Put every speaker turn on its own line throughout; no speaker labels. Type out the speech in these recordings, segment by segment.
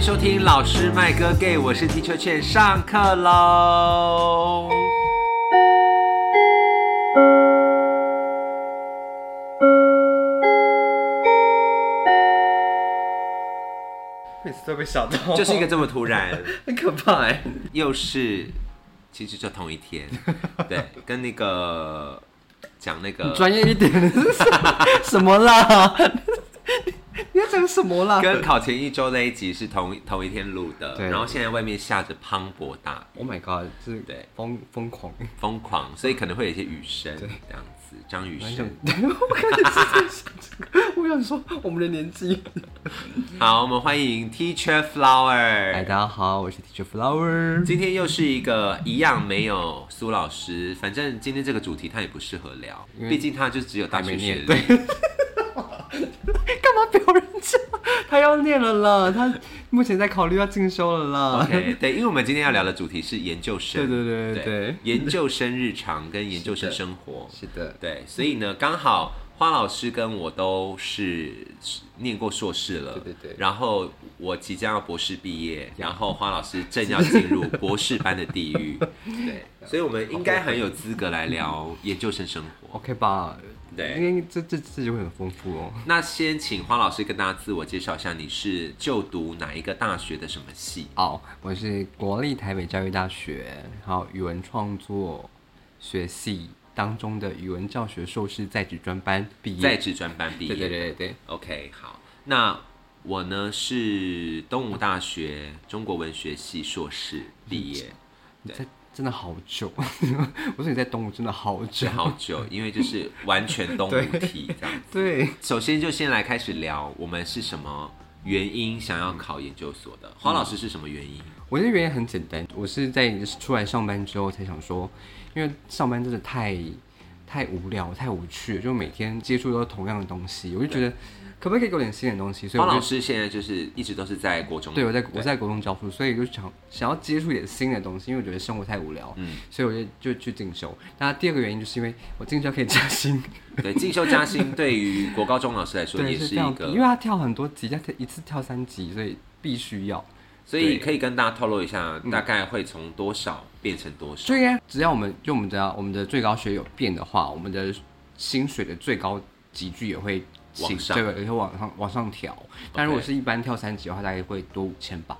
收听老师麦哥 gay，我是地球券，上课喽。
每次都被吓到，
就是一个这么突然，
很可怕哎、
又是其实就同一天，对，跟那个讲那个
专业一点的是什么什么啦？ 你要讲什么啦？
跟考前一周那一集是同同一天录的，
对
然后现在外面下着磅礴大
Oh my god，就是
对
疯疯狂，
疯狂，所以可能会有一些雨声这样子，张雨
我想
生。，
我刚才是在想这个，我想说我们的年纪。
好，我们欢迎 Teacher Flower。
嗨，哎大家好，我是 Teacher Flower。
今天又是一个一样没有苏老师，反正今天这个主题他也不适合聊，毕竟他就只有大学学历。
对，干嘛表人家？他要念了啦，他目前在考虑要进修了啦。
OK，对，因为我们今天要聊的主题是研究生，
对对对对
研究生日常跟研究生
是的
生活，
是的，
对，所以呢，刚好花老师跟我都是念过硕士了，
对对对
然后我即将要博士毕业，然后花老师正要进入 博士班的地 狱，对，所以我们应该很有资格来聊研究生生活。
，OK 吧？
对
因为这这这就会很丰富哦。
那先请花老师跟大家自我介绍一下，你是就读哪一个大学的什么系？
哦，我是国立台北教育大学，然后语文创作学系当中的语文教学硕士在职专班毕业。
在职专班毕业。
嗯对对对对对，
OK，好。那我呢是东吴大学中国文学系硕士毕业，
嗯你在真的好久， 我说你在东吴真的好久
是。好久，因为就是完全东吴体这样。
对，
首先就先来开始聊我们是什么原因想要考研究所
嗯
的。花老师是什么原因？
我的原因很简单，我是在出来上班之后才想说，因为上班真的太太无聊、太无趣了，就每天接触都是同样的东西，我就觉得可不可以给我点新的东西，所以
花
我就
老师现在就是一直都是在国中，
对，我在我在国中教书，所以就想想要接触一点新的东西，因为我觉得生活太无聊，
嗯
所以我就就去进修。那第二个原因就是因为我进修可以 加薪，
对进修加薪，对于国高中老师来说
对，
也
是
是
这
一
样，
个
因为他跳很多级，他一次跳三级，所以必须要。
所
对嗯
以可以跟大家透露一下，大概会从多少变成多少？
就应该只要我们就我们的我们的最高学历有变的话，我们的薪水的最高级距也会起
往上
对，也会往上往上调。但如果是一般跳三级的话，大概会多五千吧。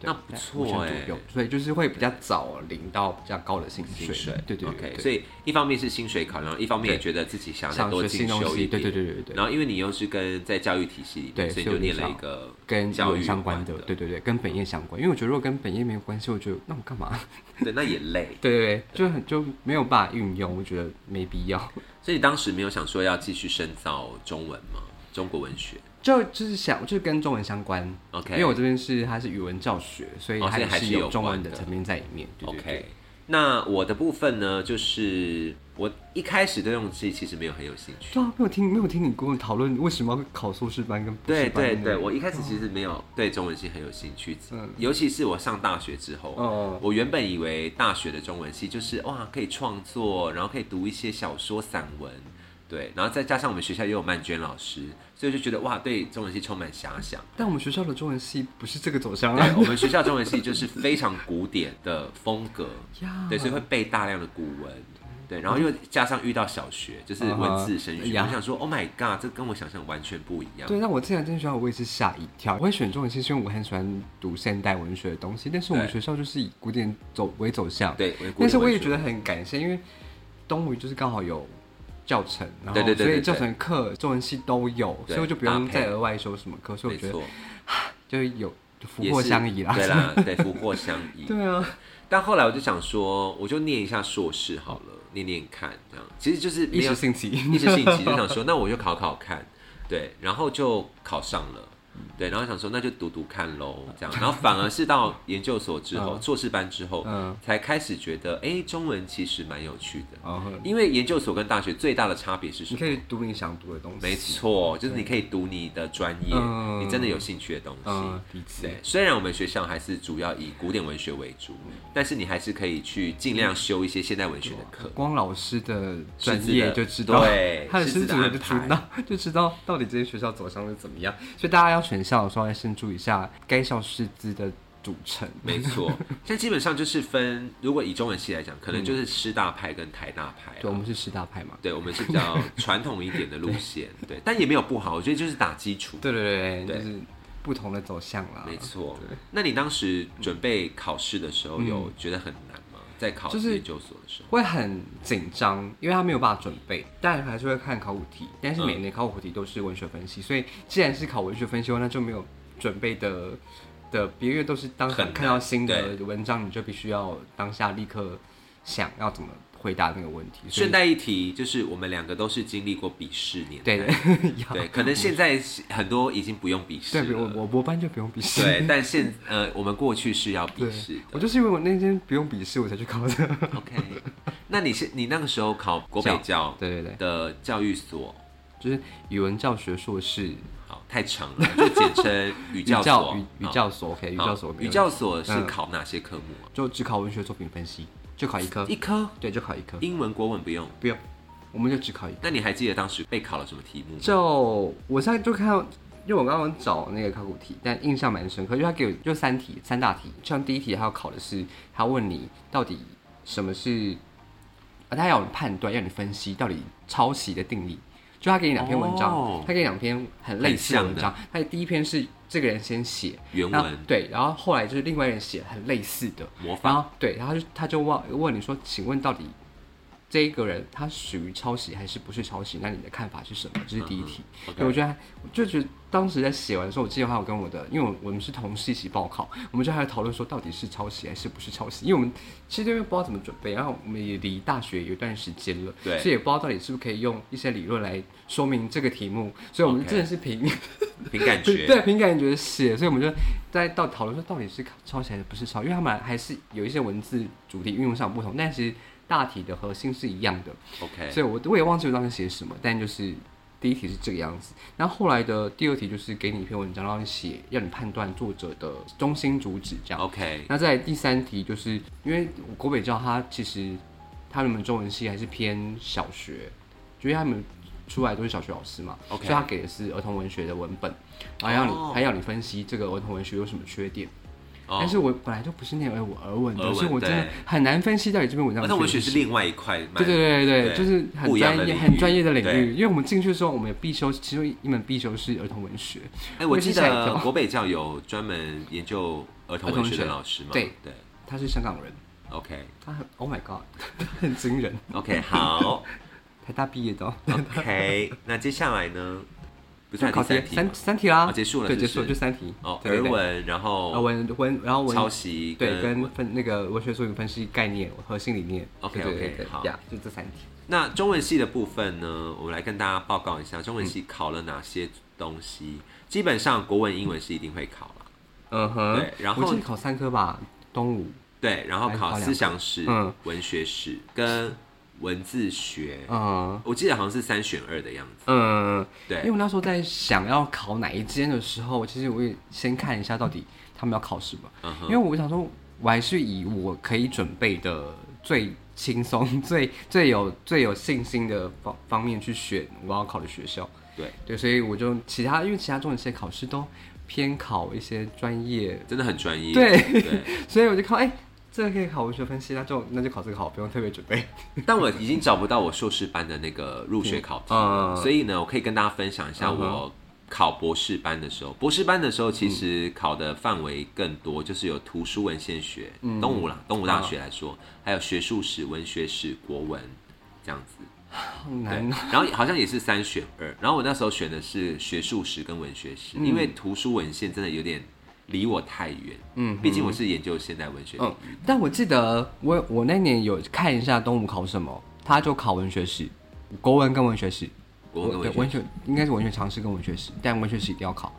对
那不错
5000
欸
左右，所以就是会比较早领到比较高的薪水，对对对
OK，
对
所以一方面是薪水考量，一方面也
对
觉得自己想再
想
多
学
进
新东
修一
西，
点，
对对对对对对，
然后因为你又是跟在教育体系里面，
对
所以
所以
就
我就
念了一
想
个
跟
教
教
育
育相关
的
的，，对对对，跟本业相关。因为我觉得如果跟本业没有关系，我觉得那我干嘛？
对，那也累。
对对对，就很就没有办法运用，我觉得没必要。
所以你当时没有想说要继续深造中文吗？中国文学
就就是想，就是跟中文相关。
OK
因为我这边是它是语文教学，所以
哦所
它
以
也
还是
是
有
有中文
关
的
的
层面在里面。对对对
OK。那我的部分呢，就是我一开始对用自己其实没有很有兴趣。
对啊，没有听没有听你跟我讨论为什么要考硕士班跟博
对
士班
对
的
对，我一开始其实没有对中文系很有兴趣，
哦嗯
尤其是我上大学之后，
嗯
我原本以为大学的中文系就是哇可以创作，然后可以读一些小说、散文，对，然后再加上我们学校也有曼娟老师，所以就觉得哇对中文系充满遐想。
但我们学校的中文系不是这个走向
对，
啊。
我们学校中文系就是非常古典的风格
呀
对，所以会背大量的古文。对，然后又加上遇到小学，就是文字升学
嗯哼
我想说，Oh my god，这跟我想象完全不一样。
对，那我之前进学校我也是吓一跳。我会选中文系是因为我很喜欢读现代文学的东西，但是我们
对
学校就是以古典走为走向。
对，我也
但是我也
觉
觉得很感谢，因为东吴就是刚好有教程，然后
对对对对
所以
对
教程课、中文系都有，
对
所以我就不
搭
用
配
再额外修什么课，所
没
以我觉得
错，
就是有福
也
祸
是
相依啦。
对 啦，对，福祸相依。
对啊，
但后来我就想说，我就念一下硕士好了，念念看这样。其实就是
一
没有
时兴起，
一时兴起，就想说，那我就考考看，对，然后就考上了。对，然后想说那就读读看喽，这样，然后反而是到研究所之后，硕士班之后，
嗯
才开始觉得，哎，中文其实蛮有趣的，
然后
因为研究所跟大学最大的差别是什么
你可？以读你想读的东西。
没，错，就是你可以读你的专业，
嗯
你真的有兴趣的东西。
嗯，彼此
对，虽然我们学校还是主要以古典文学为主，但是你还是可以去尽量修一些现代文学的课。
光老师的专
师资
业
的
就知道，
对
他的
师资
师
的
主任就
安排
知道，就知道到底这些学校走向是怎么样。所以大家要选校的时候来慎注意一下该校师资的组成。
没 错，现在基本上就是分，如果以中文系来讲，可能就是师大派跟台大派、啊。
嗯对，我们是师大派嘛。
对，我们是比较传统一点的路线，对，但也没有不好，我觉得就是打基础。
对对对，
对
就是不同的走向啦。
没错。那你当时准备考试的时候，有觉得很难吗？在考
嗯就
研
是
究所的时候，
会很紧张，因为他没有办法准备，当然还是会看考古题，但是每年考古题都是文学分析，所以既然是考文学分析的话，那就没有准备的
嗯
的，别人都是当
很
场
难
看到新的文章，你就必须要当下立刻想要怎么回答那个问题。所以
顺带一提，就是我们两个都是经历过笔试年代，
对
对，
对 要
可能现在很多已经不用笔试
对，我
了，
我我班就不用笔试。
对，但现呃，我们过去是要笔试
我
的。
就是因为我那天不用笔试，我才去考的。
OK，那你是你那个时候考国北教
对对对，
的教育所，
就是语文教学硕士，
好，太长了，就简称语
语
教所。嗯哦
语语
好
教所，OK，语
好
教所，
语教所是考哪些科目啊？
就只考文学作品分析，就考一科
一，科，
对，就考一科，
英文、国文不用。
不用，我们就只考一科。
那你还记得当时被考了什么题目吗？
就我现在就看到，因为我刚刚找那个考古题，但印象蛮深刻，因为他给我就三题，三大题，像第一题他要考的是，他问你到底什么是，啊，他要你判断，要你分析到底抄袭的定义。就他给你两篇文章，
哦
他给你两篇很类似的
很像
文章。他的第一篇是这个人先写
原
然后
文
对，然后后来就是另外一个人写很类似的，
模
然
仿
后啊对，然后就他就问问你说，请问到底这一个人他属于抄袭还是不是抄袭？那你的看法是什么？这是第一题。
嗯嗯，OK
对，我觉得还我就觉得当时在写完的时候，我记得还有跟我的，因为我我们是同事一起报考，我们就还有讨论说到底是抄袭还是不是抄袭，因为我们其实因为不知道怎么准备，然后我们也离大学有一段时间了，
对
所以也不知道到底是不是可以用一些理论来说明这个题目，所以我们
OK
真的是凭
凭感觉。
对，凭感觉写，所以我们就在到讨论说到底是抄袭还是不是抄，因为他们还是有一些文字主题运用上不同，但其实大体的核心是一样的。
OK，
所以我我也忘记我当时写什么，但就是第一题是这个样子，然后后来的第二题就是给你一篇文章，让你写，让你判断作者的中心主旨这样。
OK，
那在第三题，就是因为国北教它其实他们中文系还是偏小学，就是他们出来都是小学老师嘛
OK
所以他给的是儿童文学的文本，然后要你、
哦
还要你分析这个儿童文学有什么缺点。
哦
但，是我本来就不是念儿我儿文
儿
的，
文
所以我真的
对
很难分析到底这篇文章
儿
的
童文学
缺点
是另外一块，蛮
对对对对
对
对，就是
不
很
一样的
专
领
业、
域
很专业的领
对
域。因为我们进去的时候，我们有必修，其中一门必修是儿童文学。
哎，我
也是
记
吓一
得
跳
国北教有专门研究儿童
儿童
文学的
学
老师嘛？
对
对
他是香港人，
，OK
他很 Oh my God，很 惊人，
OK，好
台大毕业的哦。
OK，那接下来呢？不是
就
还
考
有第三题吗
题三三题啦，
哦结束了
对，
是不
结
是
束了就三题。
哦，
对
儿
对对
文，然
啊
后
文文，然后文
抄袭跟
对，跟分那个文学作品分析概念、核心理念。
OK，
对对
OK，
对对
好
呀，就这三题。
那中文系的部分呢，我们来跟大家报告一下，中文
嗯
系考了哪些东西。基本上国文、英文是一定会考了，
嗯哼，
对然后
我记得考三科吧，东吴，
对，然后考
还是考两个
思想史、
嗯
文学史跟文字学。
嗯
我记得好像是三选二的样子。
嗯，因为
对
我那时候在想要考哪一间的时候，其实我也先看一下到底他们要考什么，
嗯哼
因为我想说，我还是以我可以准备的最轻松、 最最有最有信心的方方面去选我要考的学校。
对，
对，所以我就其他，因为其他中文系的考试都偏考一些专业，
真的很专业。
对
对，
所以我就看，哎、这个可以考文学分析，那就那就考这个好，不用特别准备。
但我已经找不到我硕士班的那个入学考题了，
嗯
所以呢，我可以跟大家分享一下
嗯哼
我考博士班的时候，博士班的时候其实考的范围更多，就是有图书文献学，
嗯
东吴啦，东吴大学来说，还有学术史、文学史、国文这样子。
好
对
难，，
然后好像也是三选二，然后我那时候选的是学术史跟文学
嗯
史，因为图书文献真的有点离我太远，嗯，毕竟我是研究现代文学领
嗯
域，，
但我记得我我那年有看一下东吴考什么，他就考文学史、国文跟文学史。
国文跟
对
文学史。
应该是文学常识跟文学史，但文学史一定要考。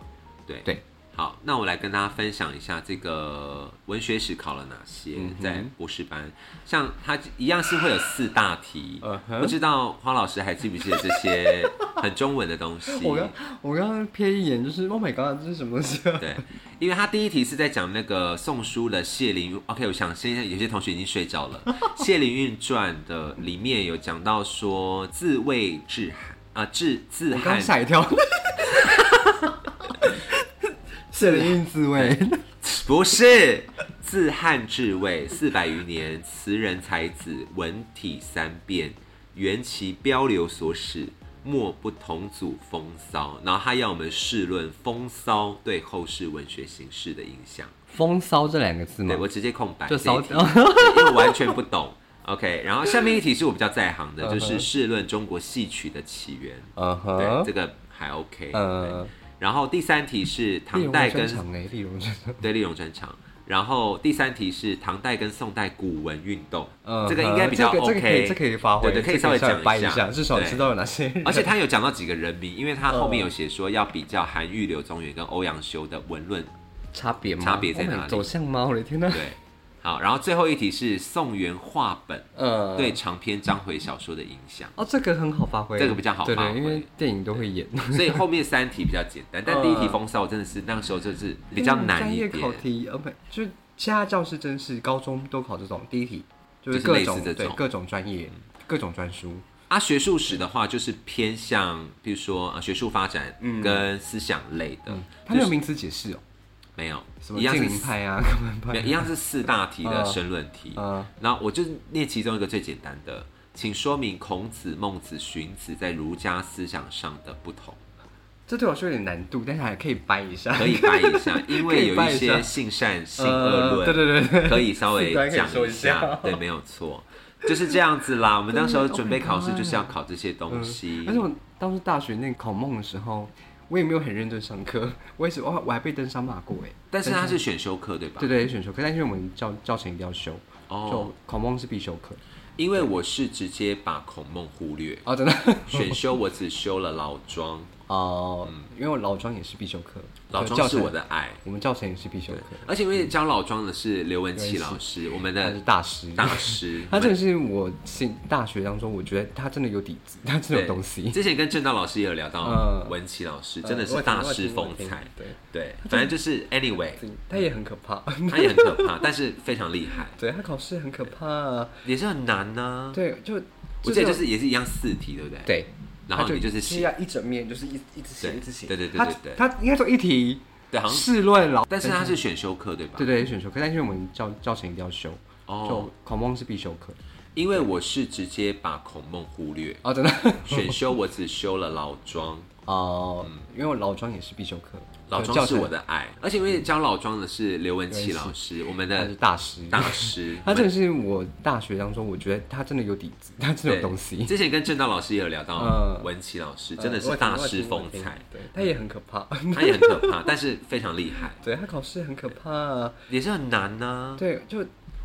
对
对，
好，那我来跟大家分享一下这个文学史考了哪些，
嗯
在博士班，像它一样是会有四大题
嗯，哼
不知道花老师还记不记得这些很中文的东西？
我刚我刚刚瞥一眼，就是 Oh my God，这是什么东西啊？
对，因为他第一题是在讲那个宋书的《谢灵运》，OK，我想现在有些同学已经睡着 了，《谢灵运传》的里面有讲到说自卫治汉啊，治自
我刚
汉
吓一跳。写的韵滋味，
不是，自汉至魏四百余年，词人才子文体三变，缘其标流所使，莫不同祖风骚。然后他要我们试论风骚对后世文学形式的影响。
风骚这两个字吗
对？我直接空白，
就
这一
嗯骚
题因为我完全不懂。OK，然后下面一题是我比较在行的，就
嗯哼
是试论中国戏曲的起源。
嗯
对，这
哼，
个还 OK。对
嗯，
然后第三题是
例
唐
如
代
专
跟
场哎，例如专场
对利用专场。然后第三题是唐代跟宋代古文运动，
嗯哼
这个应该比较
这个
OK，
这个可以这可以发挥，
对对，可以
这
稍微讲
掰
一
下，至少
对
知道有哪些人。
而且他有讲到几个人名，因为他后面有写说要比较韩愈、柳宗元跟欧阳修的文论，
差别吗？
差别在
Oh my-
哪里
走向吗？我的天呐！
对，好，然后最后一题是宋元话本
呃，
对长篇章回小说的影响，
哦，这个很好发挥，
这个比较好
对
发
对，
挥
因为电影都会演，
所以后面三题比较简单，但第一题
嗯
风骚我真的是那个时候就是比较难一
专业考
点，
题，呃，不，就是其他教室真是高中都考这种第一题，就是
就是
各
类似
种
这种嗯
对各种专业、各种专书，
啊，学术史的话就是偏向，比如说啊，学术发展
嗯
跟思想类的，
他没有名词解释哦，
没有
嗯什么
一样
建
是
民
四
派啊、哥门
没有
派
一样是四大题的
嗯
申论题。
啊，
然后我就念其中一个最简单的，请说明孔子、孟子、荀子在儒家思想上的不同，
这对我来说有点难度，但是还可以掰一下，
可以掰一下，因为有
掰
一
一
些
下
性善、性恶
呃，
论，
对对对，
可以稍 微
四端可以
讲
说
一
一
下
下，
对，没有错，就是这样子啦。我们那时候
对，Oh
准备
my
考试
God
就是要考这些东西，
嗯而且我当时大学那考梦的时候，我也没有很认真上课，我也是我还我还被登山骂过哎，
但是它是选修课对吧？
对对，选修课，但因为我们教教程一定要修，
哦
就考梦是必修课，
因为我是直接把孔孟忽 略，
哦，真的。
选修我只修了老 庄，
哦、因为我老庄也是必修课，
嗯老
教
庄是
程
我的，爱。
我们教程也是必修课，
而且因为教老庄的是刘文琪老师，我们
他是
的
大师，，
大师
他真的是我进大学当中，我觉得他真的有底子，他真的有东
对
西，
之前跟正道老师也有聊到
嗯呃
文琪老师，真的是大师风采。
对，
对，反正就是 anyway，
他也很可 怕，
他也很可怕，但是非常厉害，
对他考试很可怕，啊
也是很难呢。
对，就
我记得就是也是一样四题，对不对？。
对。
然后
他
你就是
是
写，
要一整面，就是一一直写，
对
一直写。
对对对
他
对对
他应该说一题
对，好像，
试论老，
但是他是选修课对吧？
对对选修课，但是因为我们教教程一定要修，
哦
就，考梦是必修课。
因为我是直接把孔孟忽略，
哦， 真的。
选修我只修了老庄，
哦、因为我老庄也是必修课，
嗯老
对
庄
教
是
程
我的爱，而且因为教老庄的是刘文琪老师，我们
他是
的
大师，
大师
。他真的是我大学当中，我觉得他真的有底子，他真的有东
对
西，
之前跟正道老师也有聊到
嗯
文琪老师，真的是大师风采，
对，他也很可怕，
他也很可怕，但是非常厉 害，
对他考试很可怕，
也是很难呢。
对，就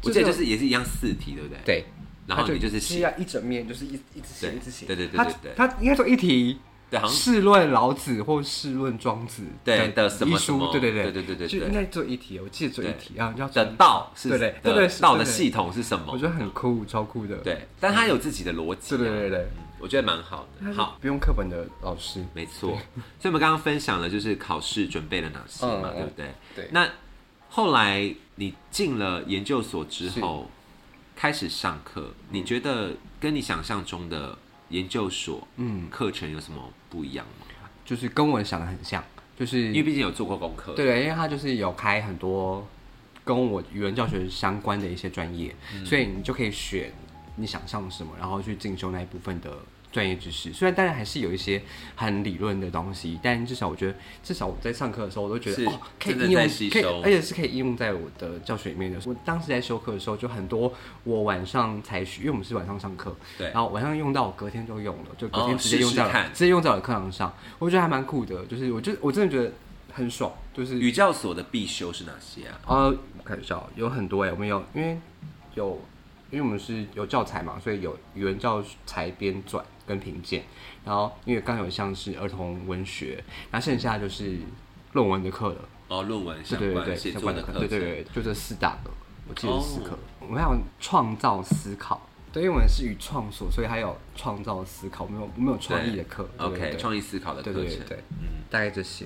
我记得就是也是一样四题，对不对？。
对，
然后你就是
是
写，
要一整面，就是一一直
对
写，一直写，
对对对
他
对对
他应该说一题。
对，好像
试论老子或试论庄子
对的什么
一
什么
书，对对对
对对对对
就
对
应该做一题，我记得做一
对
题啊，要
的
从，
道是
对对
的
对对
道的
对对
系统是什么
我？觉得很酷，超酷的，
对，但他有自己的逻辑、啊。
对对对对
嗯我觉得蛮好的。
对，
好，，
不用课本的老师，
没错。所以我们刚刚分享了就是考试准备了哪些嘛，
嗯嗯
对不对？
对
那后来你进了研究所之后，开始上课，你觉得跟你想象中的研究所嗯课程有什么不一样吗？
就是跟我想的很像，就是
因为毕竟有做过功课，
对对，因为他就是有开很多跟我语文教学相关的一些专业，
嗯
所以你就可以选你想上什么，然后去进修那一部分的专业知识。虽然当然还是有一些很理论的东西，但至少我觉得，至少我在上课的时候，我都觉
是
得哦，可以
真的
应用，
在吸
可以
收
而且是可以应用在我的教学里面的。我当时在修课的时候，就很多我晚上才学，因为我们是晚上上课，
对
然后晚上用到我隔天就用了，就隔
哦
天直接用在
试
我、
试看
直接用在我的课堂上，我觉得还蛮酷的。就是我就我真的觉得很爽，就是
语教所的必修是哪些啊？
呃，我看一下哦，有很多哎、我们有因为有，因为我们是有教材嘛，所以有语文教材编纂跟评鉴，然后因为刚有像是儿童文学，然后剩下就是论文的课了，
哦，论文
对
相
对对
关
对，
写
相
作
关
的
课，
课
对
程，
对对，就这四大个，我记得四
哦
科，我们还有创造思考。对，因为我们是与创所，所以还有创造思考，没有没有创意的课。对对
，OK，
对
创意思考的
对
课
对
程
对，对，
嗯。
大概这些。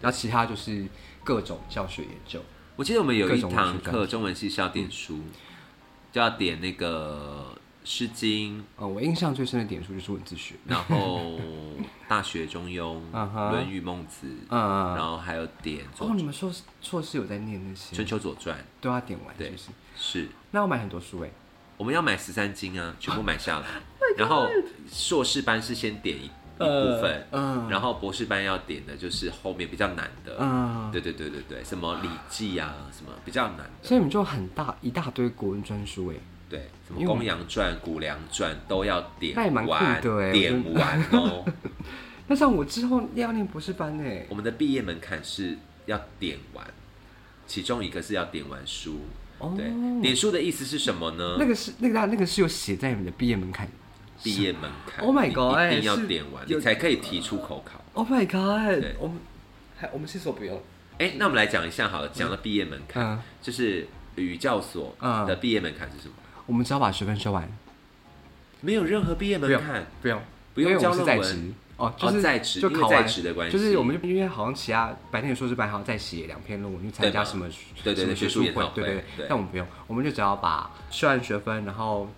然后其他就是各种教学研究。
我记得我们有
各
一
种
堂
文
课，
学嗯
中文系是要点书，就要点那个《诗经》，
呃，我印象最深的点数就是文字学，
然后《大学中庸、
嗯哼
论语、孟子，
嗯，
然后还有点左
哦，你们硕士硕士有在念那些
春，秋左传，
都要点完，
对
是不是？
是
那我买很多书哎，
我们要买十三斤 啊，全部买下来。
Oh
然后硕士班是先点一一部分，
呃嗯
然后博士班要点的就是后面比较难的，
嗯，
对对对对对，什么《礼记》啊，什么比较难的，
所以你们就很大一大堆国文专书哎，
对，什么《
因为我
公羊传》《谷梁传》都要点
那也蛮酷
完，
的欸我觉
点
得
完哦。
那像我之后要念博士班哎，
我们的毕业门槛是要点完，其中一个是要点完书。
哦
对，点书的意思是什么呢？
那个是那个大那个是有写在你们的毕业门槛
毕业门槛
Oh my
你
god，
一定要
哎是
点完，
有哦
你才可以提出口考。
，Oh my god，
对
我们还我们其实我不用，
哎、那我们来讲一下好了，讲到毕业门槛，
嗯，
就是语教所
嗯
的毕业门槛是什么？
我们只要把学分修完，
没有任何毕业门槛，
不用
不用
因为
交
我们是
论
在
文。
职哦，就是、
哦在职
就
因为
考完
在职的关系
就是我们就因为好像其他白天的硕士班还要再写两篇论文，去参加什么
对对对
什
学
么
术
术
研讨会，
会对对
对
但我们不用，我们就只要把修完学分，然后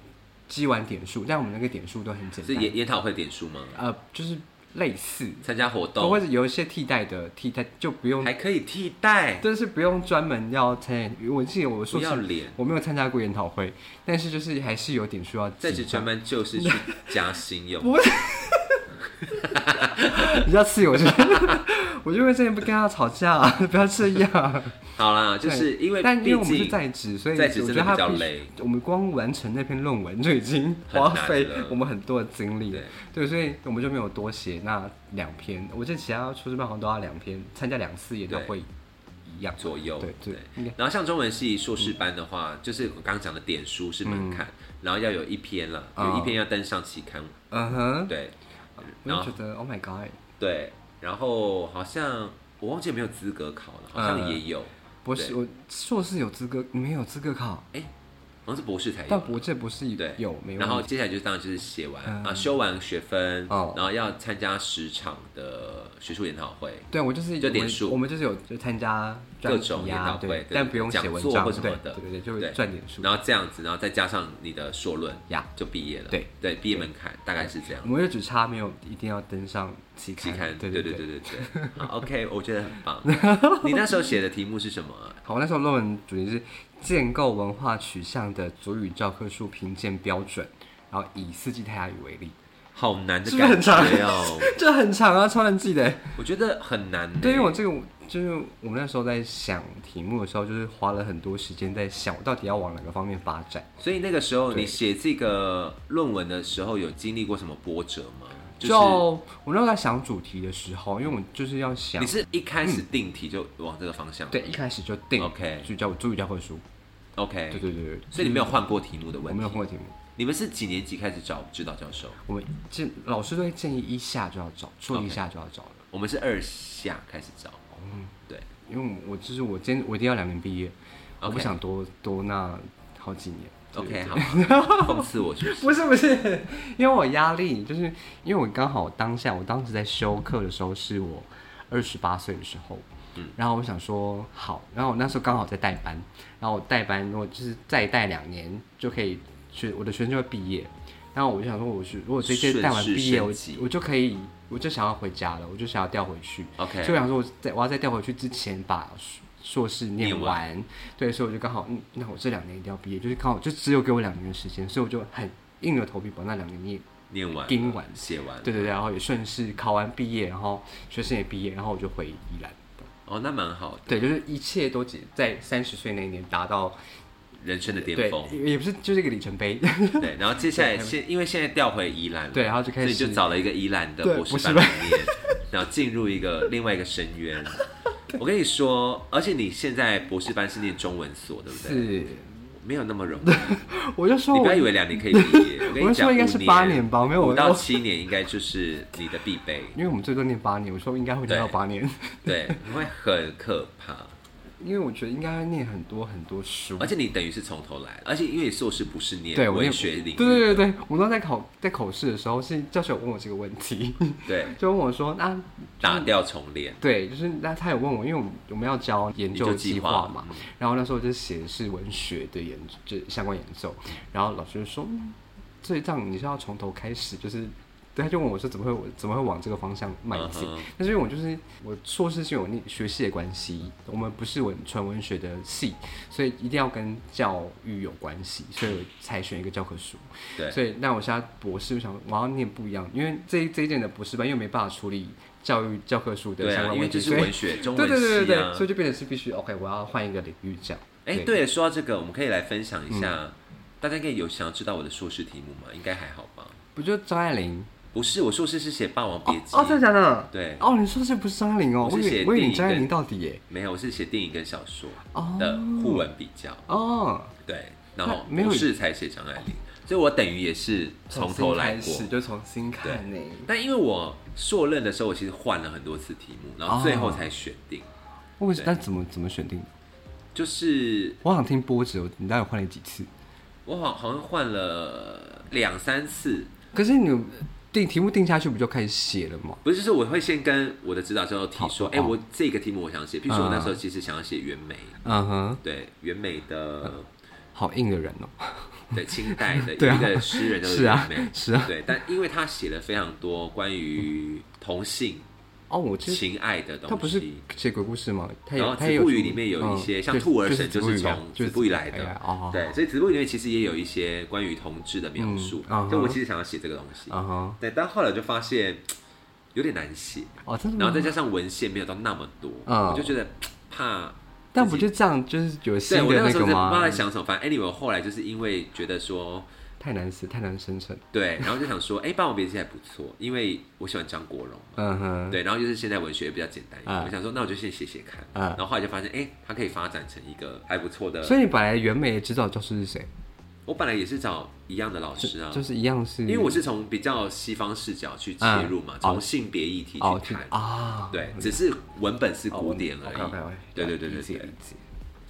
记完点数，但我们那个点数都很简
是
单，
研研讨会点数吗？
呃，就是类似，
参加活
或
动
者有一些替代的替代，就不用，
还可以替代，
但是不用专门要参加。我记得我硕
不要
士
脸。
我没有参加过研讨会，但是就是还是有点数要
在
记
职 全班就是去加薪用，
比较刺激，我就 我就会真的不跟他吵架、 不要这样。
好啦， 就是
对
因为
但因为
毕
我们是
竟
在职，所以
在职
我
真
觉
的
得
比
他
较
必须
累。
我们光完成那篇论文就已经
很
花
难
费
了
我们很多的精力
对
对，所以我们就没有多写那两篇。我记得其他硕士班好像都要两篇，参加两次研讨会一样。
左右，
对对应该嗯
然后像中文系硕士班的话，就是我刚刚讲的点书是门槛，然后要有一篇了，
哦
有一篇要登上期刊，
嗯哼，
对
我就觉得 Oh my God，
对。然后好像我忘记有没有资格考了，好像
嗯
也有，
博士我硕士有资格，你们有资格考，
好像是博士才
但
有。
博士不是
对，
有没有？
然后接下来就是当然就是写完
嗯
啊，修完学分，
哦
然后要参加十场的学术研讨会，
对，我就是
就
我们
点数
我们就是有就参加专
各种
题
研
啊
讨，会
对
对，
但不用写文
讲座
章，
或什
对
么的
对对，就
对
是赚点数。
然后这样子，然后再加上你的硕论
呀
就毕业了。
对
对，毕业门槛大概是这样
我。们就只差没有一定要登上期
期
刊，
刊，
对
对
对
对对 对。好，OK，我觉得很棒。你那时候写的题目是什么啊？
好，我那时候论文主题是建构文化取向的主语教科书评鉴标准，然后以四季泰雅语为例，
好难的
是不是
感
很
觉
长
哦，
这很长啊，超难记的。
我觉得很难呢。
对，因为我这个就是我们那时候在想题目的时候，就是花了很多时间在想，我到底要往哪个方面发展。
所以那个时候
对
你写这个论文的时候，有经历过什么波折吗？
就是我那时候在想主题的时候，因为我就是要想
你，是一开始定题就往这个方向吗？
嗯对，一开始就定
OK
就叫主语教科书，
，OK，
对对对对，
所以你没有换过题目的
我
问
没有
题。
换过题目。
你们是几年级开始找指导教授？
我们建老师都会建议一下就要找，说
OK
一下就要找了。
我们是二下开始找。
哦
对，
因为我就是我今天我一定要两年毕业我
OK
不想多多那好几年。
OK，好， 讽刺我是不是？
不是不 是，因为我压力，就是因为我刚好当下我当时在修课的时候是我二十八岁的时候，
嗯
然后我想说好，然后我那时候刚好在代班，然后我代班如果就是再代两年就可以学我的学生就会毕业，然后我就想说我是如果这届代完毕业我
顺势升级
我就可以我就想要回家了，我就想要调回去，所以
OK，
我想说，我在我要在调回去之前把硕硕士念
念
完，对，所以我就刚好，嗯，那我这两年一定要毕业，就是刚好就只有给我两年的时间，所以我就很硬着头皮把那两年念，
念完了，
盯完
写完了。
对对对，然后也顺势考完毕业，然后学生也毕业，然后我就回宜兰，
哦，那蛮好的，
对，就是一切都只在三十岁那一年达到，
人生的巅
对
峰，。
也也不是就是一个里程碑，
对，然后接下来现因为现在调回宜兰了，
对，然后就
所
开
以
始
就找了一个宜兰的
对
博士
博士
班来 念，然后进入一个另外一个深渊。我跟你说，而且你现在博士班是念中文所，对不对？
是，
没有那么容易，你
我就说
不
我
要以为两年可以毕 业。我跟
我
你
是说
讲，
应该是八年吧没有
五
我
到七年应该就是你的必备，
因为我们最多念八年，我说应该会念到
对
八年，
对，你会很可怕。
因为我觉得应该念很多很多书
而。且你等于是从头来，而且因为你硕士不是念
对，我
文
念
学领域，
对对对对，我们都在考在口试的时候，是教授有问我这个问题，
对，
就问我说，那
打掉重练，
对，就是那他有问我，因为我们我们要交研
研
究
究计
计
划嗯
划嘛，然后那时候就写的是文学的研究，就是相关研究，然后老师就说，嗯所以这样你是要从头开始，就是对，他就问我说怎么会我怎么会往这个方向迈进
嗯哼
但是因为我就是我硕士是有那学系的关系，我们不是文纯文学的系，所以一定要跟教育有关系，所以我才选一个教科书。
对
所以那我现在博士，我想我要念不一样，因为这一这一届的博士班又没办法处理教育教科书的
对
相
啊，
关
因
问
为
题，
这是
所以
文 学中
对
文
对对对
系
对，
啊
所。以就变成是必须 OK，我要换一个领域这样。
哎，对，说到这个，我们可以来分享一下，
嗯
大家可以有想要知道我的硕士题目吗？应该还好吧？
不就张爱玲？
不是，我硕士是写《霸王别姬》
哦，真的假的？
对
哦，你说这不是张爱玲哦，
我
我
是
以
写
为我以为
电
你
影
张爱
跟
玲到底耶。
没有，我是写电影跟小说
哦
的互文比较。
哦，
对，然后
那没有
博士才写张爱玲，所以我等于也是从头来
重
过
新。开始就重新看呢。
但因为我硕任的时候，我其实换了很多次题目，
哦
然后最后才选定。
为什
对
那怎么怎么选定的？
就是
我想听波折，你到底换了几次？
我好好像换了两三次，
可是你定题目定下去不就开始写了吗？
不是，就是我会先跟我的指导教授提说，
好
哎、我这个题目我想写，譬如说我那时候其实想要写袁枚，
嗯哼，
对袁枚的
好硬的人哦、
对清代的一
嗯 对啊
个诗人叫做
是啊
袁枚，
是啊
对，但因为他写了非常多关于同性
哦，我其实
情爱的东西，
他不是写鬼故事吗？他
然
有
后
他
子
也有
不语
出
里面有一些、
嗯
像兔儿神，
就
就是
子不语啊
从
就
子
是
不语来
哎
的
呀，哦，
对，所以子不语里面其实也有一些关于同志的描述。
嗯啊哈
就我其实想要写这个东西，
啊哈，
对，但后来我就发现有点难写，
哦，真的
然后再
吗？
加上文献没有到那么多，
嗯
我就觉得怕
但不就这样，就是有新
对我
的
那
那
时候
个
在不知道
吗
在？想什么，反正 anyway，我后来就是因为觉得说。
太难死，太难生存。
对，然后就想说，哎、霸王别姬》还不错，因为我喜欢张国荣，
嗯哼，
对，然后就是现代文学比较简单一点，
嗯
我想说那我就先写写看，
嗯
然后后来就发现，哎、它可以发展成一个还不错的。
所以你本来原美的指导教授是谁？
我本来也是找一样的老师啊，
就是一样是，
因为我是从比较西方视角去切入嘛，
嗯
从、性别议题
哦，
去
就
谈，
啊，哦
对，只是文本是古典而已，
OK OK，
对对对对对，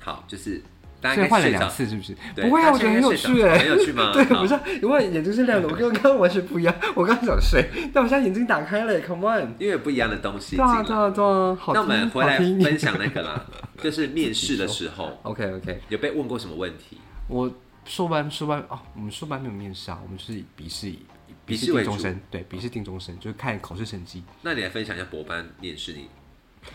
好，就是大家
所
应
以
该
换了
睡
两
着。
次是不是？
对
不会啊，我觉得很有趣哎，
很有趣吗
对，
好
不是啊，因为眼睛 是亮的，我跟刚刚完全不一样。我刚刚想睡，但我现在眼睛打开了，Come on！
因为不一样的东西
对
进
啊
来，
对啊对啊，好
那我们
听
回来
好听
分 享那个啦，就是面试的时候
OK OK，
有被问过什么问题？
我硕班硕班哦，我们硕班没有面试啊，我们是笔试
笔
笔
试
试
为
定
主
终身，对，笔试定终身就是看考试成绩。
那你来分享一下博班面试你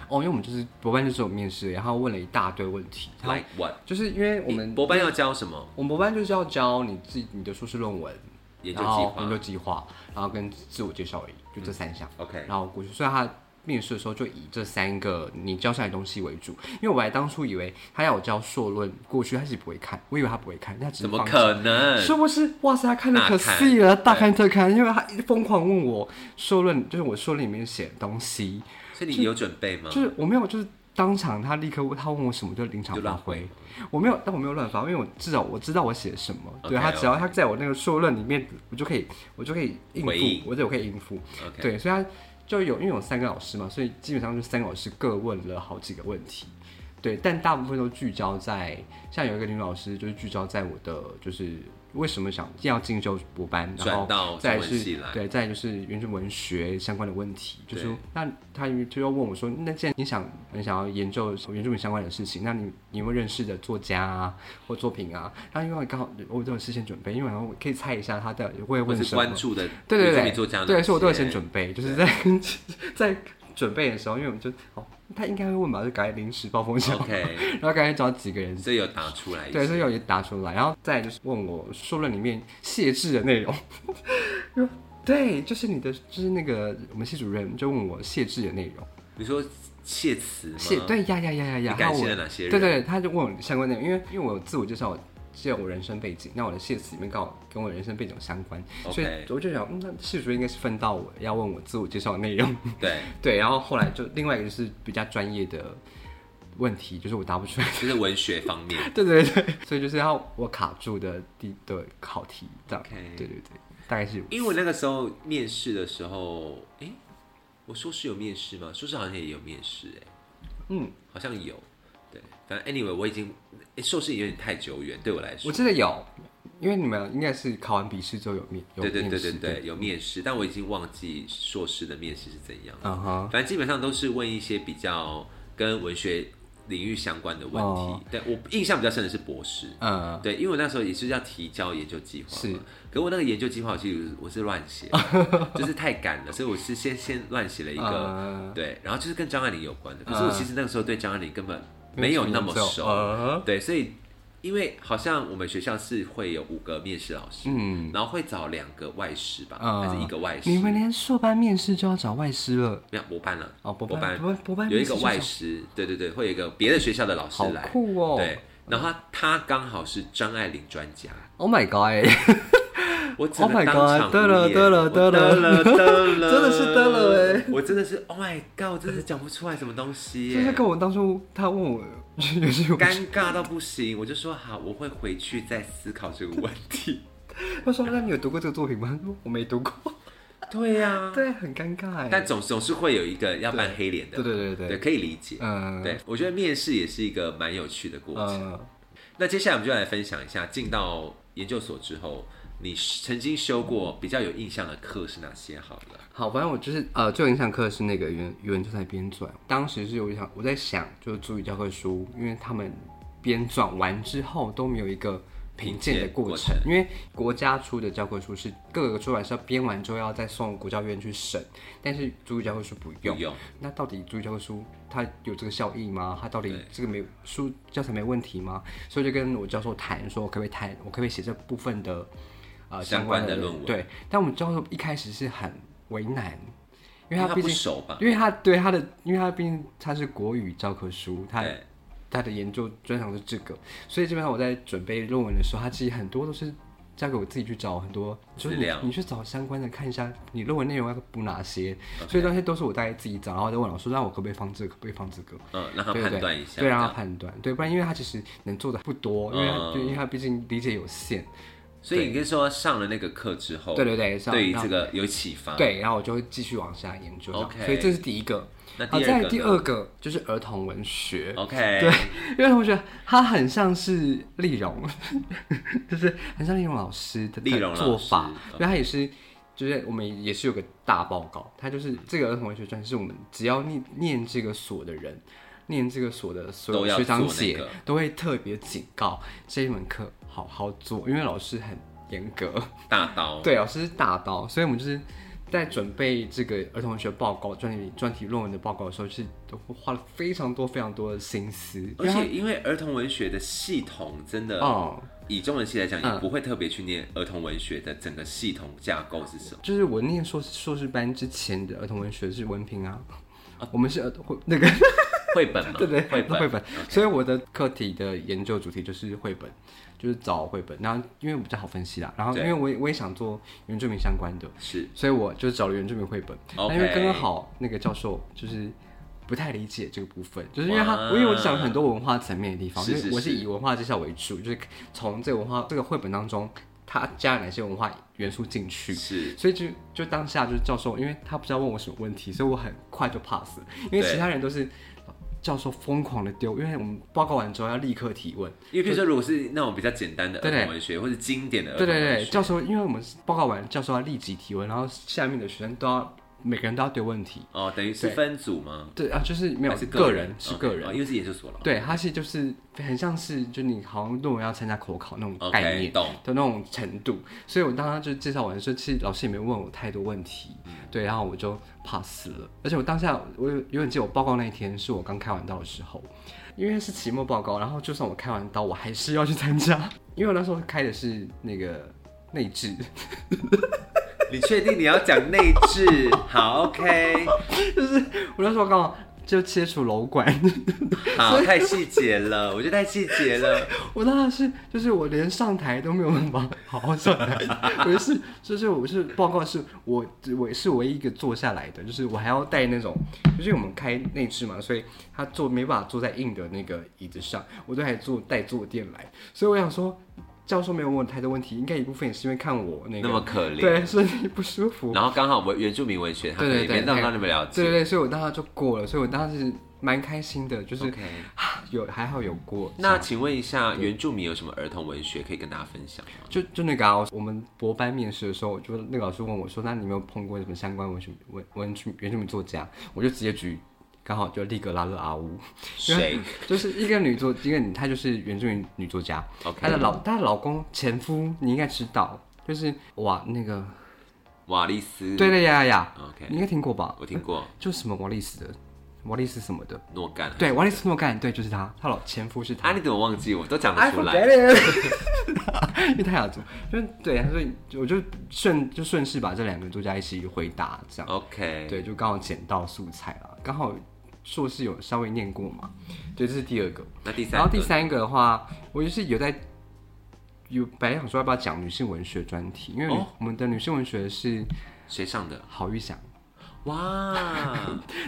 哦，因为我们就是博班就是有面试，然后问了一大堆问题，然后
like what？
就是因为我们
博班要教什么？
我们博班就是要教你自己你的硕士论文，
研究计
然后
划
研究计划，然后跟自我介绍而已，就这三项。
OK
然后过去，所以他面试的时候就以这三个你教下来的东西为主。因为我还当初以为他要我教硕论，过去他是不会看，我以为他不会看，他只是
怎么
放
可能？
是不是？哇塞，他看的
大
可
看
细了，大
对
看特看，因为他一直疯狂问我硕论，就是我硕论里面写的东西，
所以你有准备吗？
就是我没有，就是当场他立刻问他问我什么，就临场
就
发
乱回
挥。我没有，但我没有乱发，因为我至少我知道我写什么。
OK，
对他
OK
只要他在我那个硕论里面，我就可以，我就可以应
回应
付，我就可以应付。
OK
对，所以他就有因为有三个老师嘛，所以基本上就三个老师各问了好几个问题。对，但大部分都聚焦在，像有一个女老师就是聚焦在我的就是为什么想要进修博班，然后
转到
再
中文系
是
来
对，再就是原住文学相关的问题，就是
对
那他就要问我说，那既然你想很想要研究原住民相关的事情，那你你有没有认识的作家啊或作品啊？然后因为我刚好我都有事先准备，因为然后我可以猜一下他的会
或
问
是
什么
关。注的
对对
原住
对，
民作家呢
对，所以我都有先准备，就是在 在准备的时候，因为我们就哦，他应该会问吧，就赶快临时暴风
哦
小，
OK，
然后赶快找几个人，
所以有打出来一
对，
些。
所以我也答出来，然后再来就是问我书论里面谢志的内容， 对，就是你的，就是那个我们系主任就问我谢志的内容，
你说谢词吗？
谢对呀呀呀呀呀，
嗯你感谢
然后
了
我
哪些人
对对，他就问我相关内容，因为因为我有自我介绍，我介绍我人生背景，那我的谢词里面刚好跟我人生背景有相关
OK
所以我就想，嗯，那谢主任应该是分到我要问我自我介绍的内容，
对，
对，然后后来就另外一个就是比较专业的问题，就是我答不出来。
就是文学方面。
对对对，所以就是要我卡住的第的考题这样。
OK
对对对，大概是
因为我那个时候面试的时候，哎、我硕士有面试吗？硕士好像也有面试、哎，
嗯，
好像有。对，反正 anyway，我已经、诶硕士有点太久远，对我来说
我。记得有，因为你们应该是考完笔试之后有面有
对
面
对
试
对对对，，有面试，但我已经忘记硕士的面试是怎样。
嗯哼，
反正基本上都是问一些比较跟文学领域相关的问题。
哦
对我印象比较深的是博士，
嗯，
对，因为我那时候也是要提交研究计划嘛，
是
可我那个研究计划我其实我是乱写， 就是太赶了，所以我是先先乱写了一个，
呃
对，然后就是跟张爱玲有关的。可是我
嗯
其实那个时候对张爱玲根本没有那么熟，
呃
对，所以因为好像我们学校是会有五个面试老师，
嗯，
然后会找两个外师吧，
嗯
还是一个外师？
你们连硕班面试就要找外师了，
没有博班了，
哦博班
班
博班博班
有一个
面试就
外
找
师，对对对，会有一个别的学校的老师
好
来，
酷哦！
对，然后他他刚好是张爱玲专家。
，Oh my god，
我整
Oh
个
my
当场
God，得
无
了
言
得了
我得
得
了
了
得了，
真的是得了欸
我真的是 Oh my God，我真的是讲不出来什么东西
就是
耶，
跟我当初他问我有些我
尴尬到不行。我就说好，我会回去再思考这个问题。
他说：“那你有读过这个作品吗？”他说我没读过，
对呀、
对，很尴尬哎。
但总总是会有一个要扮黑脸的，
对对对
对，
对，
可以理解。
嗯，
对，我觉得面试也是一个蛮有趣的过程。
嗯，
那接下来我们就来分享一下，进到研究所之后，你曾经修过比较有印象的课是哪些？好了，
好，反正我就是呃，最有印象课是那个语文，语文就在编纂。当时是有想，我在想，就是注意教科书，因为他们编纂完之后都没有一个评鉴的过程，因为国家出的教科书是各个出版社编完之后要再送国教院去审，但是注意教科书不用
不。用，
那到底注意教科书它有这个效益吗？它到底
对
这个没有书教材没问题吗？所以就跟我教授谈说，我可不可以谈，我可不可以写这部分的呃
相
相关
关的
的
论文
对，但我们教授一开始是很为难，
因为
因为他
他
毕
不
竟，
熟吧？
因为他对他的，因为他毕竟他是国语教科书，他
对，
他的研究专长是这个，所以基本上我在准备论文的时候，他其实很多都是交给我自己去找很多，就是
资
你
料
你去找相关的看一下，你论文内容要补哪些所以那些都是我大概自己找，然后再问老师，让我可不可以放这个，可不可以放这个，
嗯，让他
对对
判
对
断一下，这
对，啊让他
样
判断，对，不然因为他其实能做的不多，因为他、
嗯
对因为他毕竟理解有限，
所以你跟说上了那个课之后，
对对对，是
哦
啊
对于
然后
这个有启发。，
对，然后我就会继续往下研究这样
OK
所以这是第一个。
那
好，
第
再
二
来
个
第
呢
二个就是儿童文学。
，OK，
对，因为我觉得他很像是丽蓉，就是很像丽蓉老师的
丽蓉老师
做法，
嗯
因为他也是，就是我们也是有个大报告，他就是这个儿童文学专是我们只要念念这个所的人，念这个所的所
都
有
要
学长
做那
姐
个
都会特别警告这一门课好好做，因为老师很严格，
大刀，
对，老师是大刀，所以我们就是在准备这个儿童文学报告、专题专题论文的报告的时候，是都花了非常多非常多的心思，因
而
为它
且因为儿童文学的系统真的，
哦，
以中文系来讲，也
嗯
不会特别去念儿童文学的整个系统架构是什么。
就是我念硕士硕士班之前的儿童文学是文凭啊，我们是儿童那个
绘本嘛，
对对
绘本，
绘本，所以我的课题的研究主题就是绘本，就是找绘本，然后因为比较好分析啦，然后
对
因为我也我也想做原住民相关的，
是
所以我就找了原住民绘本。那
OK
因为刚刚好那个教授就是不太理解这个部分，就是因为他
哇，
因为我想了很多文化层面的地方，
是
因
是
为我是
是
以文化介绍为主，就是从这个文化这个绘本当中，他加了哪些文化元素进去。
是，
所以就就当下就是教授，因为他不知道问我什么问题，所以我很快就 pass 了。因为
对
其他人都是教授疯狂的丢，因为我们报告完之后要立刻提问，
因为比如说如果是那种比较简单的儿
对对
童文学或者经典的儿
对
童
对
文
对，
学，
教授，因为我们报告完，教授要立即提问，然后下面的学生都要每个人都要丢问题。
哦，等于是
对
分组吗？
对啊，就是没有
还是
个人是
OK，
个
哦
人，
因为是研究所了，
对，他是就是很像是就你好像论文要参加口考那种概
OK，
念
懂
的那种程度，所以我当时就介绍完的时候，其实老师也没问我太多问题，
嗯
对，然后我就 pass 了。而且我当下我有有点记得，我报告那一天是我刚开完刀的时候，因为是期末报告，然后就算我开完刀，我还是要去参加，因为我那时候开的是那个内置，
你确定你要讲内置？ 好，OK，
我那时候刚好就切除瘘管，
好，太细节了，我觉得太细节了。
我当时是就是我连上台都没有办法好好上台，我是就是我是报告是我我是唯一一个坐下来的，就是我还要带那种，就是我们开内置嘛，所以他坐没办法坐在硬的那个椅子上，我都还坐带坐垫来，所以我想说教授没有问我太多问题，应该一部分也是因为看我那个
那么可怜
对身体不舒服，
然后刚好文原住民文学，他可以
对对对
连让让你们了
对对
解。
对，所以我当时就过了，所以我当时蛮开心的，就是
OK，
啊有还好有过，
那请问一下，原住民有什么儿童文学可以跟大家分享吗？
就就那个啊，我们博班面试的时候，我就那个老师问我说：“那你有没有碰过什么相关文学文文原住民作家？”我就直接举刚好就立格拉勒阿乌，
谁？
就是一个女作，一个女，她就是原住民女作家。
OK
她的老她的老公前夫，你应该知道，就是哇那个，
瓦利斯。
对对呀呀呀
OK
你应该听过吧？
我听过
就什么王丽斯的，王丽斯什么的，
诺干。
对，王丽斯诺干，对，就是她，她老前夫是她
啊，。你怎么忘记我？都讲得出
I
来。
forget it 因为太想做，就是对，所以我就顺就顺势把这两个作家一起回答，这样
OK，，
对，就刚好捡到素材了，刚好硕士有稍微念过嘛，对，这是第二个，
那第三
然后
个，
第三个的话，我就是有在有本来想说要不要讲女性文学专题，因为女
哦
我们的女性文学是
谁上的？
郝玉祥，
哇，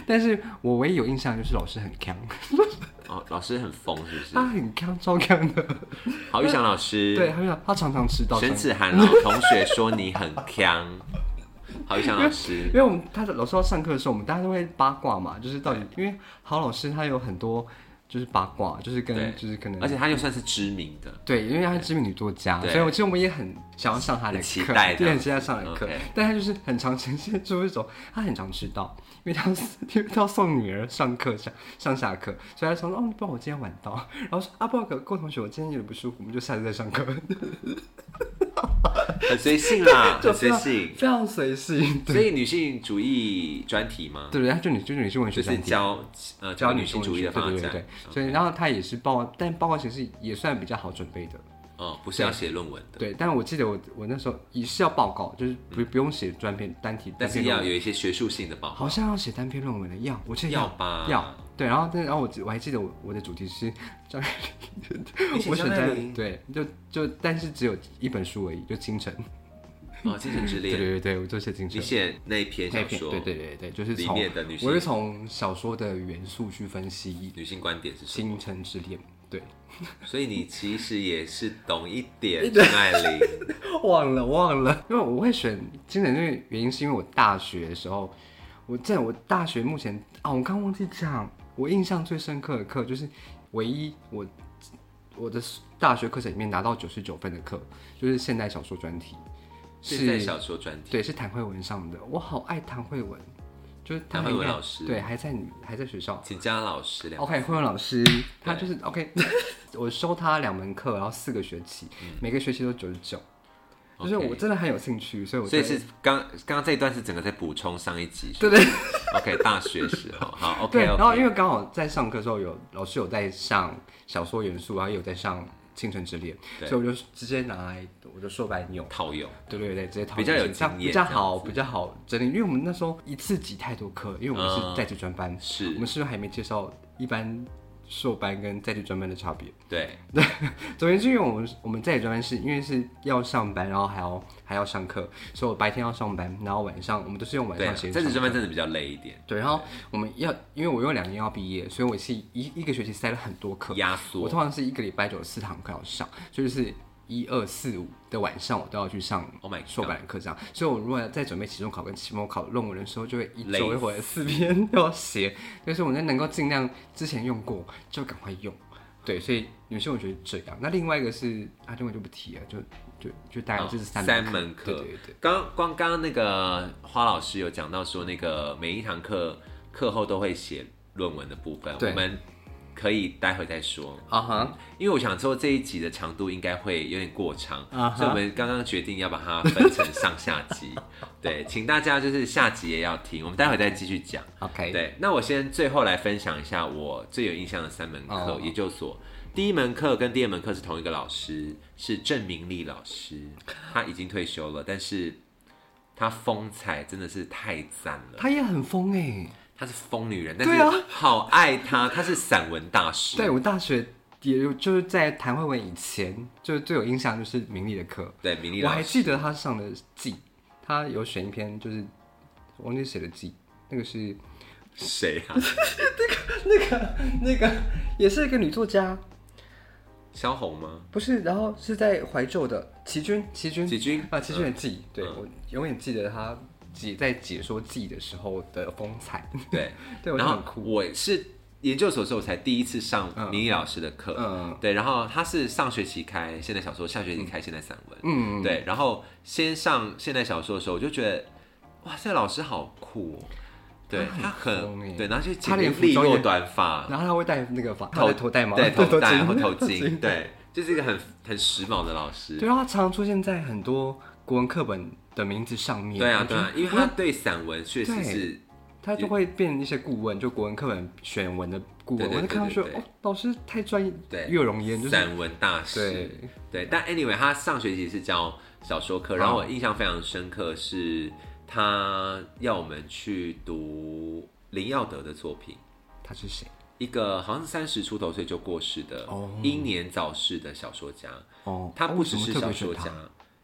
但是我唯一有印象就是老师很强，
哦，老师很疯是不是？
他很强，超强的，
郝玉祥老师，
啊对，，他他常常迟到，
沈
常
子涵老同学说你很强，郝玉祥老师
因为我们他的老师要上课的时候，我们大家都会八卦嘛，就是到底因为郝老师他有很多就是八卦，就是
对
跟就是可能，
而且他又算是知名的，
对，因为他是知名女作家，
对
所以我其实我们也很想要上他的
很
课，
期待这
对，
样
很期待上他的课
OK
但他就是很常呈现出一种 他很常迟到，因为他因为他要送女儿上课上上下课，所以他说哦，不然我今天晚到，然后说啊，不好意思，郭同学，我今天有点不舒服，我们就下次再上课，
很随性 啦，
就
很随
非常
性。
非常随性，
所以女性主义专题吗？
对不对？他就女就是女性文学
就
专
是
题。
教呃教女性主义的发
对对
展，
对对，所以然后他也是报，但报告其实也算比较好准备的，
哦，不是要写论文的，
对。但我记得我我那时候也是要报告，就是不不用写专篇单题，
嗯但
单篇
是
论
要
文
有一些学术性的报告，
好像要写单篇论文的，要我记得
要吧？
要，对。然后但然后我记我还记得我我的主题是 张爱玲，
你写
我
张
选
爱
在
玲
对，就就但是只有一本书而已，就《京城》，
哦，精神之
对
恋，
对对，我就写《京
你
城》。
写那一篇
那
小
篇
说，
对对对对，就是
里
从
面的女性
我是从小说的元素去分析
女性观点是
《
什么？
京城之恋》，对，
所以你其实也是懂一点张爱 玲，
忘了忘了，因为我会选金城这个原因是因为我大学的时候，我在我大学目前啊，我刚忘记讲，我印象最深刻的课就是唯一我我的大学课程里面拿到九十九分的课，就是现代小说专题，
现代
是
小说专题。
对，是谭慧文上的，我好爱谭慧文，就是她
谭慧文
应该
老师
对，还在还在学校，
请加老师聊。
OK，慧文老师，他就是 OK，我 收他两门课，然后四个学期，
嗯
每个学期都九十九，就是我
OK
真的很有兴趣，所以我
所以
在
是刚刚刚这一段是整个在补充上一集，
对
对 OK，大学时候， 好 OK
对，然后
OK。
因为刚好在上课的时候有老师有在上小说元素，然后也有在上《青春之恋》，
对
所以我就直接拿来我就说白用，
套用，
对对对，直接讨论
比较有
这样
经验
比较
这样
好，比较好整理，因为我们那时候一次挤太多课，因为我们
嗯
是在职专班，
是
我们是不是还没介绍一般硕班跟在职专班的差别？
对，
总而言之，因为我们我们在专班是因为是要上班，然后还要还要上课，所以我白天要上班，然后晚上我们都是用晚
对啊，
上时
在
间
职
上
专
课。
班真的比较累一点，
对，然后我们要，因为我有两年要毕业，所以我是一一个学期塞了很多课。
压
我
缩
通。常是一个礼拜就有四堂课要上，所以就是一二四五的晚上我都要去上
Oh my god
硕班的课这样。所以我如果在准备期中考跟期末考论文的时候，就会一
累
周一回四篇 都要写，就是我能够尽量之前用过就赶快用。对，所以女性我觉得这样。那另外一个是啊，另外就不提了，就就就大概
哦
就是三
三
门
门
课，
课
对对对。
刚光刚刚那个花老师有讲到说，那个每一堂课课后都会写论文的部分，
对
我们可以待会再说。
啊哈，
因为我想说这一集的长度应该会有点过长
啊哈
所以我们刚刚决定要把它分成上下集。对，请大家就是下集也要听，我们待会再继续讲。
，OK，
对，那我先最后来分享一下我最有印象的三门课
哦
研究所。第一门课跟第二门课是同一个老师，是郑明丽老师，他已经退休了，但是他风采真的是太赞了。
她也很疯哎、
她是疯女人，但是
对啊
好爱她，她是散文大师。
对我大学也有，就是在谭慧文以前，就是最有印象就是明丽的课，
对，明丽
我
老
还
师
记得他上的季，他有选一篇就是忘记谁的季，那 个是
谁啊？
那个那个也是一个女作家，
萧红 吗？
不是，然后是在怀旧的齐君，齐君
启君
啊，齐君的季，对
嗯
我永远记得他解在解说季的时候的风采，
对，
对我觉
然
得
后
很酷，
我是研究所的时候，我才第一次上明义老师的课。
嗯
对，然后他是上学期开现代小说，下学期开现代散文。
嗯，
对，然后先上现代小说的时候，我就觉得，哇，这个老师好酷哦！对
很
他
疯欸
很对，然后就
他连服
利
装
落
也
短发，
然后他会戴那个发头头戴吗？
对，头戴
头
或头
巾
巾，。对，就是一个很很时髦的老师。
对，然后他常出现在很多国文课本的名字上面。
对啊，
我觉
对
得
啊，因为他对散文确实
对
是
他就会变一些顾问，就国文课本选文的顾问。
对对
我就看到说，
对对对
哦，老师太专业，
对
月容焉就是
散文大师。
对
对，但 anyway，他上学期是教小说课，然后我印象非常深刻是他要我们去读林耀德的作品，
他是谁？
一个好像三十出头岁就过世的
哦
英年早逝的小说家。
哦，
他
哦
不只是
为什么特
小
别选
说
他
家，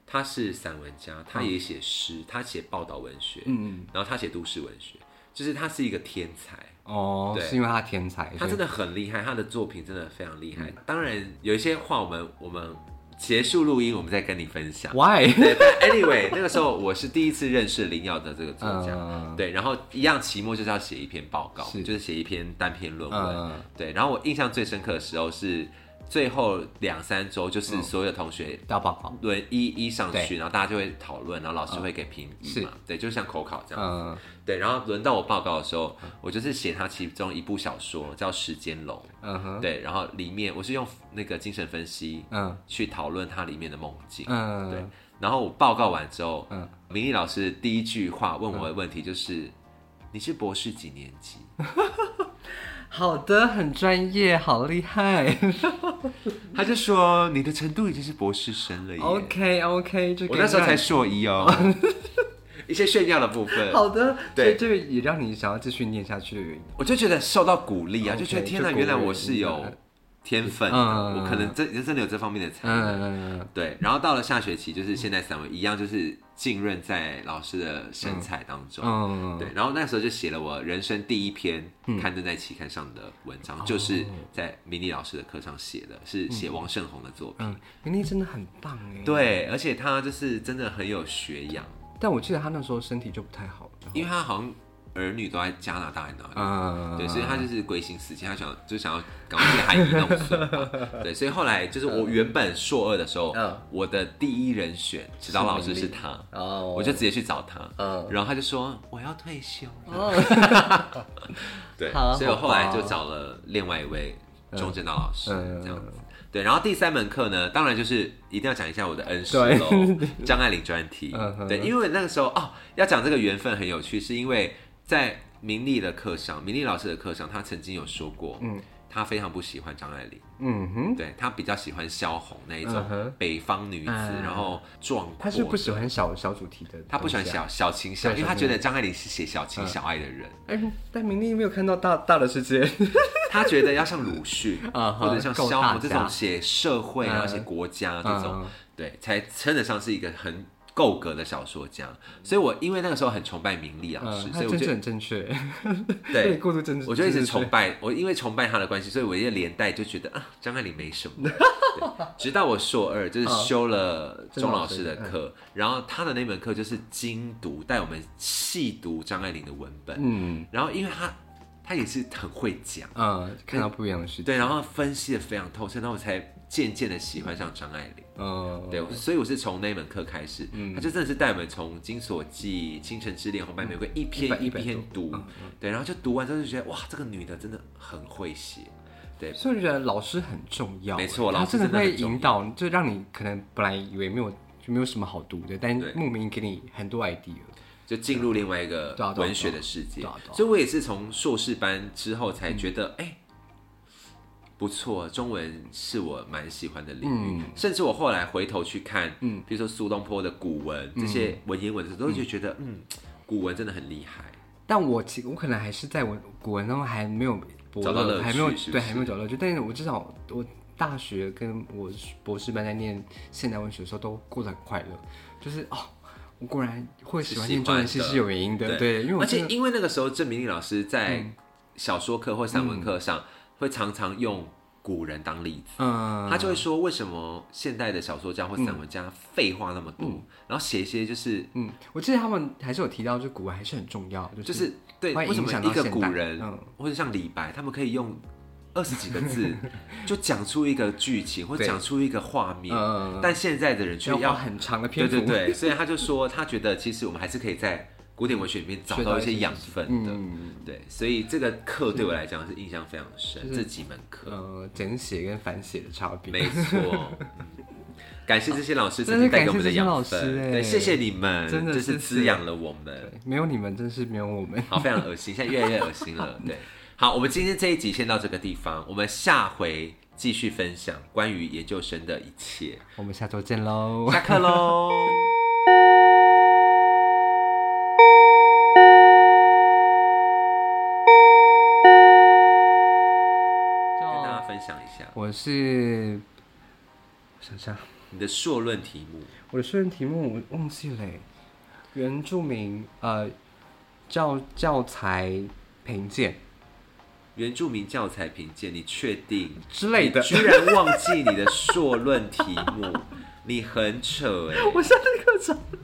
他是散文家，他也写诗，他写报道文学，
嗯
然后他写都市文学，就是他是一个天才。
哦，
对
是因为他天才，
他
所以
真的很厉害，他的作品真的非常厉害。当然，有一些话我们我们结束录音，我们再跟你分享。
why？
对但，anyway，那个时候我是第一次认识林耀德这个作家，
嗯
对，然后一样期末就是要写一篇报告，
是
就是写一篇单篇论文，
嗯
对。然后我印象最深刻的时候是最后两三周，就是所有同学
大宝宝，
轮一一上去，
嗯对嗯
然后大家就会讨论，然后老师会给评语
是
嘛，对，就像口考这样。
嗯，
对，然后轮到我报告的时候，我就是写他其中一部小说叫《时间龙》，
嗯哼，
对，然后里面我是用那个精神分析
嗯
去讨论它里面的梦境，
嗯，
对，然后我报告完之后，
嗯
明丽老师第一句话问我的问题就是。你是博士几年级？
好的，很专业，好厉害。
他就说你的程度已经是博士生了耶。
OK OK，这
我
个
那时候
让
才硕一哦， 一些炫耀的部分。
好的，
对
所以这个也让你想要继续念下去的原因。
我就觉得受到鼓励啊，
OK，
就觉得天哪，
就鼓
原
励
来我是有天分的，
嗯
我可能真真的有这方面的才能。
嗯，
对，然后到了下学期，就是现在散文一样，就是浸润在老师的神采当中。
嗯，
对，然后那时候就写了我人生第一篇刊登在期刊上的文
哦
章，就是在明理老师的课上写的，是写王胜宏的作品。
嗯，明丽真的很棒哎。，
对，而且他就是真的很有学养，
但我记得他那时候身体就不太好。
因为他好像儿女都在加拿大，你知道吗？
嗯，
对，所以他就是归心似箭，他想就想要赶快去海怡弄损 吧。对，所以后来就是我原本硕二的时候，
嗯
我的第一人选指导老师是他，
哦，
我就直接去找他，
嗯
然后他就说我要退休了，
哦，
对，
好啊
所以我后来
好吧
就找了另外一位钟正道老师、
嗯
这样子。对，然后第三门课呢，当然就是一定要讲一下我的恩师
对
喽，张爱玲专题
嗯。哼
对，因为那个时候哦，要讲这个缘分很有趣，是因为在明丽的课上，明丽老师的课上，他曾经有说过，嗯，他非常不喜欢张爱玲，
嗯哼，
对他比较喜欢萧红那一种
嗯哼
北方女子，
嗯
然后壮阔，
他是不喜欢小小主题的东西啊，
他不喜欢小小情小，
对
因为
小嗯
他
情
觉得张爱玲是写小情小爱的人，
哎，但明丽没有看到大大的世界。
他觉得要像鲁迅
嗯
或者像
够
萧
大
红这
家
种写社会啊、
嗯
写国家这种
嗯，
对，才称得上是一个很够格的小说家。所以我因为那个时候很崇拜明丽老师，
嗯，他
所以我
政治
就
很正确，
对
过度政治，
我就一直
正确
崇拜我，因为崇拜他的关系，所以我也连带就觉得啊，张爱玲没什 么。对直到我硕二，就是
嗯
修了钟老师的课，然后他的那门课就是精读，带我们细读张爱玲的文本。
嗯
然后因为他他也是很会讲。
嗯，看到不一样的世界，
对，然后分析的非常透彻，然后我才渐渐的喜欢上张爱玲。
嗯，
对，所以我是从那一门课开始，他就真的是带我们从《金锁记》《倾城之恋》《红白玫瑰》一篇一
一百
篇
多嗯
读，对，然后就读完之后就觉得哇，这个女的真的很会写，对，
所以我觉得老师很重要，
没错
他
老师
真的
真的
会
很重要
引导，就让你可能本来以为没有就没有什么好读的，但
对
莫名给你很多 idea。
就进入另外一个
对啊对啊
文学的世界
对啊对啊。
所以我也是从硕士班之后才觉得，哎、不错，中文是我蛮喜欢的领
嗯
域。甚至我后来回头去看，嗯，比如说苏东坡的古文
嗯
这些文言文的时候，都就觉得，嗯，古文真的很厉害。
但我其我可能还是在我古文中还没有伯
找到乐趣
乐，还没有
是不是
对，还没有找到乐趣。但是我至少我大学跟我博士班在念现代文学的时候都过得很快乐，就是哦，我果然会喜欢念中文系是有原因的，对，因为我嗯
而且
真的
因为那个时候郑明丽老师在小说课或散文课上、会常常用古人当例子。
嗯，
他就会说，为什么现代的小说家或散文家废话那么多，然后写一些就是
嗯，我记得他们还是有提到，就古玩还是很重要，就
就是对，
会
为什
影
么
响
一
到
个
现
古
代
人、
嗯
或者像李白，他们可以用二十几个 字就讲出一个剧情，或
对
讲出一个画面
嗯嗯嗯，
但现在的人却
要花
要
很长的篇
对
幅，
对对，所以他就说，他觉得其实我们还是可以在古典文学里面找到一些养分的。
嗯，
对，所以这个课对我来讲是印象非常深，
就
这
是
几门课，
呃，简写跟繁写的差别。
没错。感谢这些老师曾
真
经
是
带给我们的
感谢这些
养
老师
分，
哎
对，谢谢你们，
真的
这是
是
滋养了我们。
对，没有你们，真是没有我们。
好，非常恶心，现在越来越恶心 了。对，好，我们今天这一集先到这个地方，我们下回继续分享关于研究生的一切。
我们下周见喽。
下课喽。跟大家分享一下
我是，我想想，
你的硕论题目，
我的诗人题目我忘记了欸。原住民呃教教材评鉴
原住民教材评鉴，你确定？
之类的
你。居然忘记你的硕论题目，你很扯哎、
我下那个找，等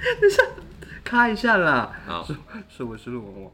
一下，咔一下啦。
好。
是我是陆文王。